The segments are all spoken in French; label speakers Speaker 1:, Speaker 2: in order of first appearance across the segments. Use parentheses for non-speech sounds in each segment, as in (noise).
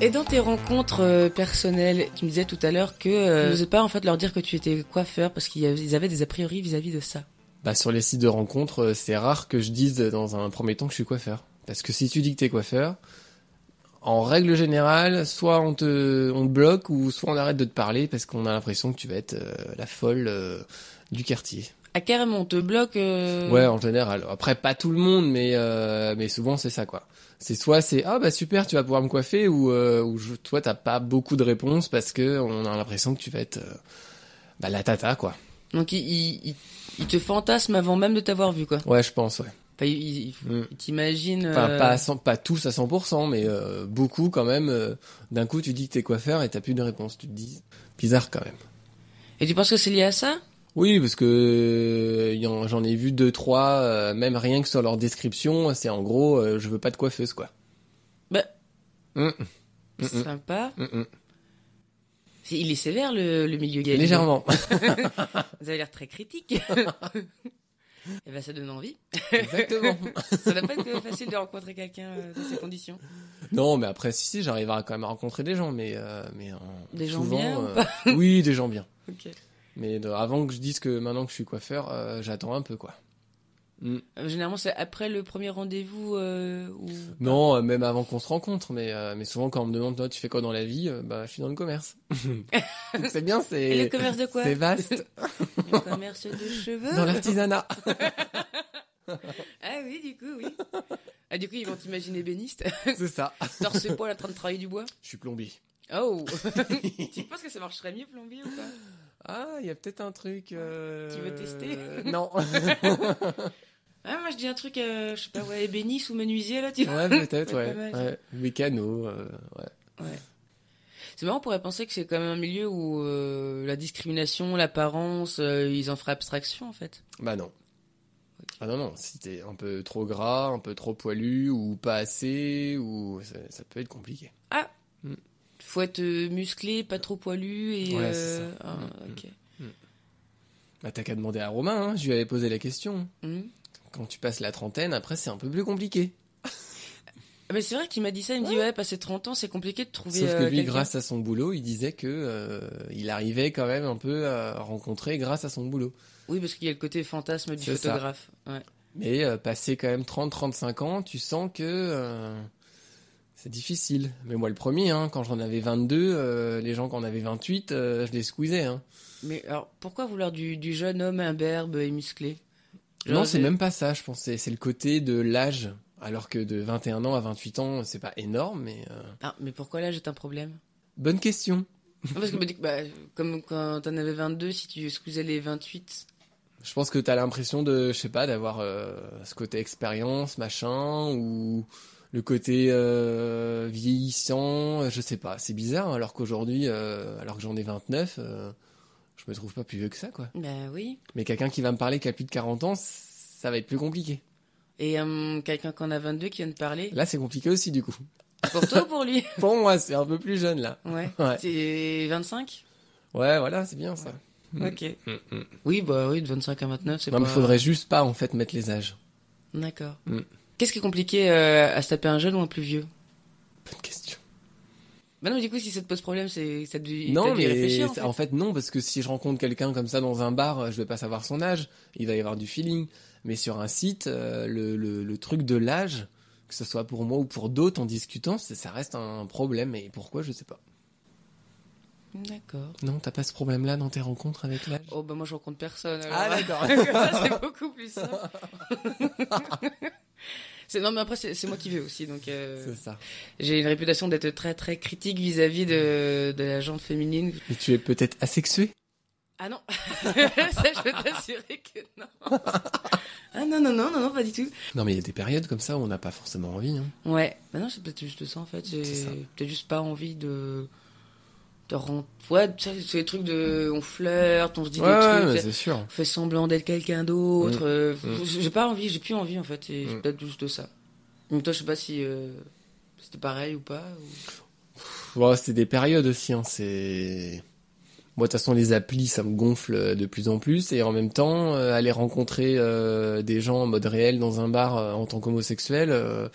Speaker 1: Et dans tes rencontres euh, personnelles, tu me disais tout à l'heure que euh, tu n'osais pas en fait leur dire que tu étais coiffeur parce qu'ils avaient- ils avaient des a priori vis-à-vis de ça.
Speaker 2: Bah, sur les sites de rencontres, euh, c'est rare que je dise dans un premier temps que je suis coiffeur. Parce que si tu dis que t'es coiffeur, en règle générale, soit on te, on te bloque ou soit on arrête de te parler parce qu'on a l'impression que tu vas être euh, la folle euh, du quartier.
Speaker 1: Ah carrément, on te bloque. euh,
Speaker 2: Ouais, en général. Après, pas tout le monde, mais, euh, mais souvent c'est ça quoi. C'est soit c'est ah bah super, tu vas pouvoir me coiffer ou, euh, ou je, toi t'as pas beaucoup de réponses parce que on a l'impression que tu vas être euh, bah, la tata quoi.
Speaker 1: Donc ils, ils- ils- ils te fantasment avant même de t'avoir vu quoi.
Speaker 2: Ouais, je pense, ouais.
Speaker 1: Enfin, ils, ils-
Speaker 2: Mm.
Speaker 1: ils t'imaginent.
Speaker 2: Enfin,
Speaker 1: euh,
Speaker 2: pas, à 100 pas tous à 100%, mais euh, beaucoup quand même. euh, D'un coup, tu dis que t'es coiffeur et t'as plus de réponse. Tu te dis, bizarre quand même.
Speaker 1: Et tu penses que c'est lié à ça
Speaker 2: Oui, parce que euh, y en- j'en ai vu deux, trois, euh, même rien que sur leur description, c'est en gros, euh, je veux pas de coiffeuse, quoi.
Speaker 1: Bah.
Speaker 2: Mm, Mm, mm.
Speaker 1: Sympa.
Speaker 2: mm, mm.
Speaker 1: C'est- Il est sévère le, le milieu gay.
Speaker 2: Légèrement.
Speaker 1: Vous avez l'air très critique. (laughs) Et ben ça donne envie.
Speaker 2: (laughs) Exactement.
Speaker 1: Ça n'a pas été facile de rencontrer quelqu'un euh, dans ces conditions.
Speaker 2: (laughs) Non, mais après, si, si, j'arrive à quand même à rencontrer des gens, mais, euh, mais euh,
Speaker 1: Des gens
Speaker 2: souvent,
Speaker 1: bien ou
Speaker 2: euh, oui, des gens bien.
Speaker 1: Ok.
Speaker 2: Mais de- avant que je dise que maintenant que je suis coiffeur, euh, j'attends un peu, quoi.
Speaker 1: Euh, Généralement, c'est après le premier rendez-vous euh, ou.
Speaker 2: Non, euh, même avant qu'on se rencontre, mais, euh, mais souvent quand on me demande, toi, tu fais quoi dans la vie Euh, Bah, je suis dans le (laughs) commerce. Donc c'est bien,
Speaker 1: Et
Speaker 2: c'est
Speaker 1: le commerce de quoi (laughs)
Speaker 2: c'est vaste.
Speaker 1: Le commerce de cheveux.
Speaker 2: dans
Speaker 1: (laughs)
Speaker 2: l'artisanat.
Speaker 1: Ah oui, du coup, oui. Ah, du coup, ils vont t'imaginer béniste.
Speaker 2: c'est ça.
Speaker 1: Torse poil en train de travailler du bois.
Speaker 2: Je suis plombier.
Speaker 1: Oh (laughs) Tu penses que ça marcherait mieux plombier ou pas
Speaker 2: Ah, il y a peut-être un truc. euh,
Speaker 1: Tu veux tester
Speaker 2: (laughs)
Speaker 1: (laughs)
Speaker 2: Non.
Speaker 1: Ah, moi je dis un truc, euh, je sais pas, ouais, bénisse ou menuisier là, tu vois.
Speaker 2: ouais, peut-être,
Speaker 1: Ouais,
Speaker 2: ouais.
Speaker 1: pas mal, ça.
Speaker 2: ouais. Mécano, euh, ouais.
Speaker 1: C'est marrant, on pourrait penser que c'est quand même un milieu où euh, la discrimination, l'apparence, euh, ils en feraient abstraction en fait.
Speaker 2: Bah non. Ah non, non, si t'es un peu trop gras, un peu trop poilu, ou pas assez, ou ça, ça peut être compliqué.
Speaker 1: Faut être euh, musclé, pas trop poilu et.
Speaker 2: Ouais,
Speaker 1: euh,
Speaker 2: c'est ça.
Speaker 1: ah,
Speaker 2: Mm,
Speaker 1: ok.
Speaker 2: Bah t'as qu'à demander à Romain, hein, je lui avais posé la question.
Speaker 1: Mm.
Speaker 2: Quand tu passes la trentaine, après c'est un peu plus compliqué.
Speaker 1: Ah, Mais c'est vrai qu'il m'a dit ça, il me dit ouais, passé 30 ans, c'est compliqué de trouver.
Speaker 2: Sauf que
Speaker 1: euh,
Speaker 2: lui,
Speaker 1: quelqu'un.
Speaker 2: grâce à son boulot, il disait que euh, il arrivait quand même un peu à rencontrer grâce à son boulot.
Speaker 1: Oui, parce qu'il y a le côté fantasme du
Speaker 2: C'est ça.
Speaker 1: photographe. Ouais.
Speaker 2: Mais euh, passer quand même 30-35 ans, tu sens que euh, c'est difficile. Mais moi le premier, hein, quand j'en avais 22, euh, les gens qui en avaient 28, euh, je les squeezais. Hein.
Speaker 1: Mais alors, pourquoi vouloir du, du jeune homme imberbe et musclé Genre,
Speaker 2: Non, c'est même pas ça, je pense. C'est c'est le côté de l'âge. Alors que de 21 ans à 28 ans, c'est pas énorme, mais. euh,
Speaker 1: Ah, mais pourquoi là j'ai un problème (laughs)
Speaker 2: Bonne question.
Speaker 1: Non, Parce que bah, du coup, bah, comme quand t'en avais 22, si tu excusais les 28,
Speaker 2: Je pense que t'as l'impression de, je sais pas, d'avoir euh, ce côté expérience, machin, ou le côté euh, vieillissant, je sais pas. C'est bizarre, hein, alors qu'aujourd'hui, euh, alors que j'en ai 29, euh, je me trouve pas plus vieux que ça, quoi.
Speaker 1: bah oui.
Speaker 2: Mais quelqu'un qui va me parler qui a plus de 40 ans, ça va être plus compliqué.
Speaker 1: Et euh, quelqu'un qui en a 22 qui vient de parler,
Speaker 2: Là, c'est compliqué aussi, du coup. (laughs)
Speaker 1: pour toi ou pour lui
Speaker 2: Pour moi, c'est un peu plus jeune, là.
Speaker 1: Ouais.
Speaker 2: (laughs) Ouais,
Speaker 1: C'est 25
Speaker 2: ouais voilà, c'est bien ça. Mm.
Speaker 1: Ok.
Speaker 2: Mm, mm.
Speaker 1: Oui, bah oui, de 25 à 29, c'est
Speaker 2: Non,
Speaker 1: pas...
Speaker 2: mais il faudrait juste pas en fait mettre les âges.
Speaker 1: D'accord.
Speaker 2: Mm.
Speaker 1: Qu'est-ce qui est compliqué euh, à se taper un jeune ou un plus vieux
Speaker 2: Bonne question.
Speaker 1: Bah non, mais du coup, si ça te pose problème, c'est ça dû, t'as
Speaker 2: non,
Speaker 1: dû y
Speaker 2: mais
Speaker 1: réfléchir, en
Speaker 2: c'est-
Speaker 1: fait.
Speaker 2: en fait non, parce que si je rencontre quelqu'un comme ça dans un bar, euh, je vais pas savoir son âge. Il va y avoir du feeling. Mais sur un site, euh, le, le- le truc de l'âge, que ce soit pour moi ou pour d'autres en discutant, c'est- ça reste un problème. Et pourquoi, je sais pas.
Speaker 1: D'accord.
Speaker 2: Non, t'as pas ce problème-là dans tes rencontres avec l'âge.
Speaker 1: Oh, bah moi, je rencontre personne.
Speaker 2: Ah
Speaker 1: alors. hein.
Speaker 2: d'accord.
Speaker 1: (laughs) Comme ça, c'est beaucoup plus simple. (laughs) C'est- non, mais après, c'est c'est moi qui vais aussi, donc... euh,
Speaker 2: (laughs) c'est ça.
Speaker 1: J'ai une réputation d'être très très critique vis-à-vis de, de la gente féminine.
Speaker 2: Mais tu es peut-être asexué.
Speaker 1: Ah non, (laughs) ça je peux t'assurer que non.
Speaker 2: (laughs)
Speaker 1: Ah non, non, non, non, non, pas du tout.
Speaker 2: Non, mais il y a des périodes comme ça où on n'a pas forcément envie. hein.
Speaker 1: Ouais, bah non, c'est peut-être juste ça en fait. J'ai
Speaker 2: C'est ça.
Speaker 1: peut-être juste pas envie de. de rendre. Ouais, tu sais, c'est les trucs de. on flirte, on se dit
Speaker 2: Ouais, ouais,
Speaker 1: des
Speaker 2: mais
Speaker 1: trucs.
Speaker 2: c'est sûr.
Speaker 1: on fait semblant d'être quelqu'un d'autre.
Speaker 2: Mm.
Speaker 1: euh,
Speaker 2: Mm.
Speaker 1: J'ai pas envie, j'ai plus envie en fait. et C'est
Speaker 2: Mm.
Speaker 1: peut-être juste ça. Mais toi, je sais pas si euh, c'était pareil ou pas. ou-
Speaker 2: Bon, c'est des périodes aussi, hein, c'est... Moi, de toute façon, les applis, ça me gonfle euh, de plus en plus. Et en même temps, euh, aller rencontrer euh, des gens en mode réel dans un bar euh, en tant qu'homosexuel, euh,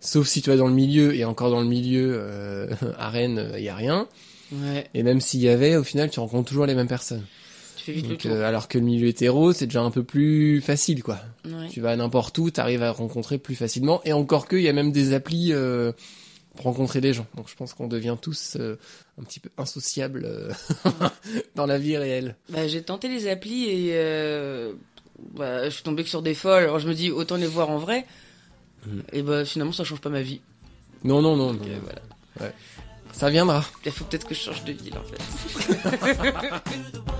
Speaker 2: Sauf si tu vas dans le milieu, et encore dans le milieu, euh, (laughs) à Rennes, il n'y a rien.
Speaker 1: Ouais,
Speaker 2: Et même s'il y avait, au final, tu rencontres toujours les mêmes personnes.
Speaker 1: tu fais vite le
Speaker 2: Donc,
Speaker 1: tour.
Speaker 2: euh, alors que le milieu hétéro, c'est déjà un peu plus facile, quoi.
Speaker 1: Ouais.
Speaker 2: Tu vas n'importe où, t'arrives à rencontrer plus facilement. Et encore que, il y a même des applis euh, pour rencontrer des gens. Donc je pense qu'on devient tous euh, un petit peu insociables euh, (laughs) dans la vie réelle.
Speaker 1: Bah, j'ai tenté les applis et euh, bah, je suis tombé que sur des folles. Alors je me dis autant les voir en vrai.
Speaker 2: Mhm.
Speaker 1: Et bah finalement ça change pas ma vie.
Speaker 2: Non, non, non.
Speaker 1: Donc,
Speaker 2: non,
Speaker 1: euh,
Speaker 2: non.
Speaker 1: voilà.
Speaker 2: Ça viendra.
Speaker 1: Il faut peut-être que je change de ville en fait.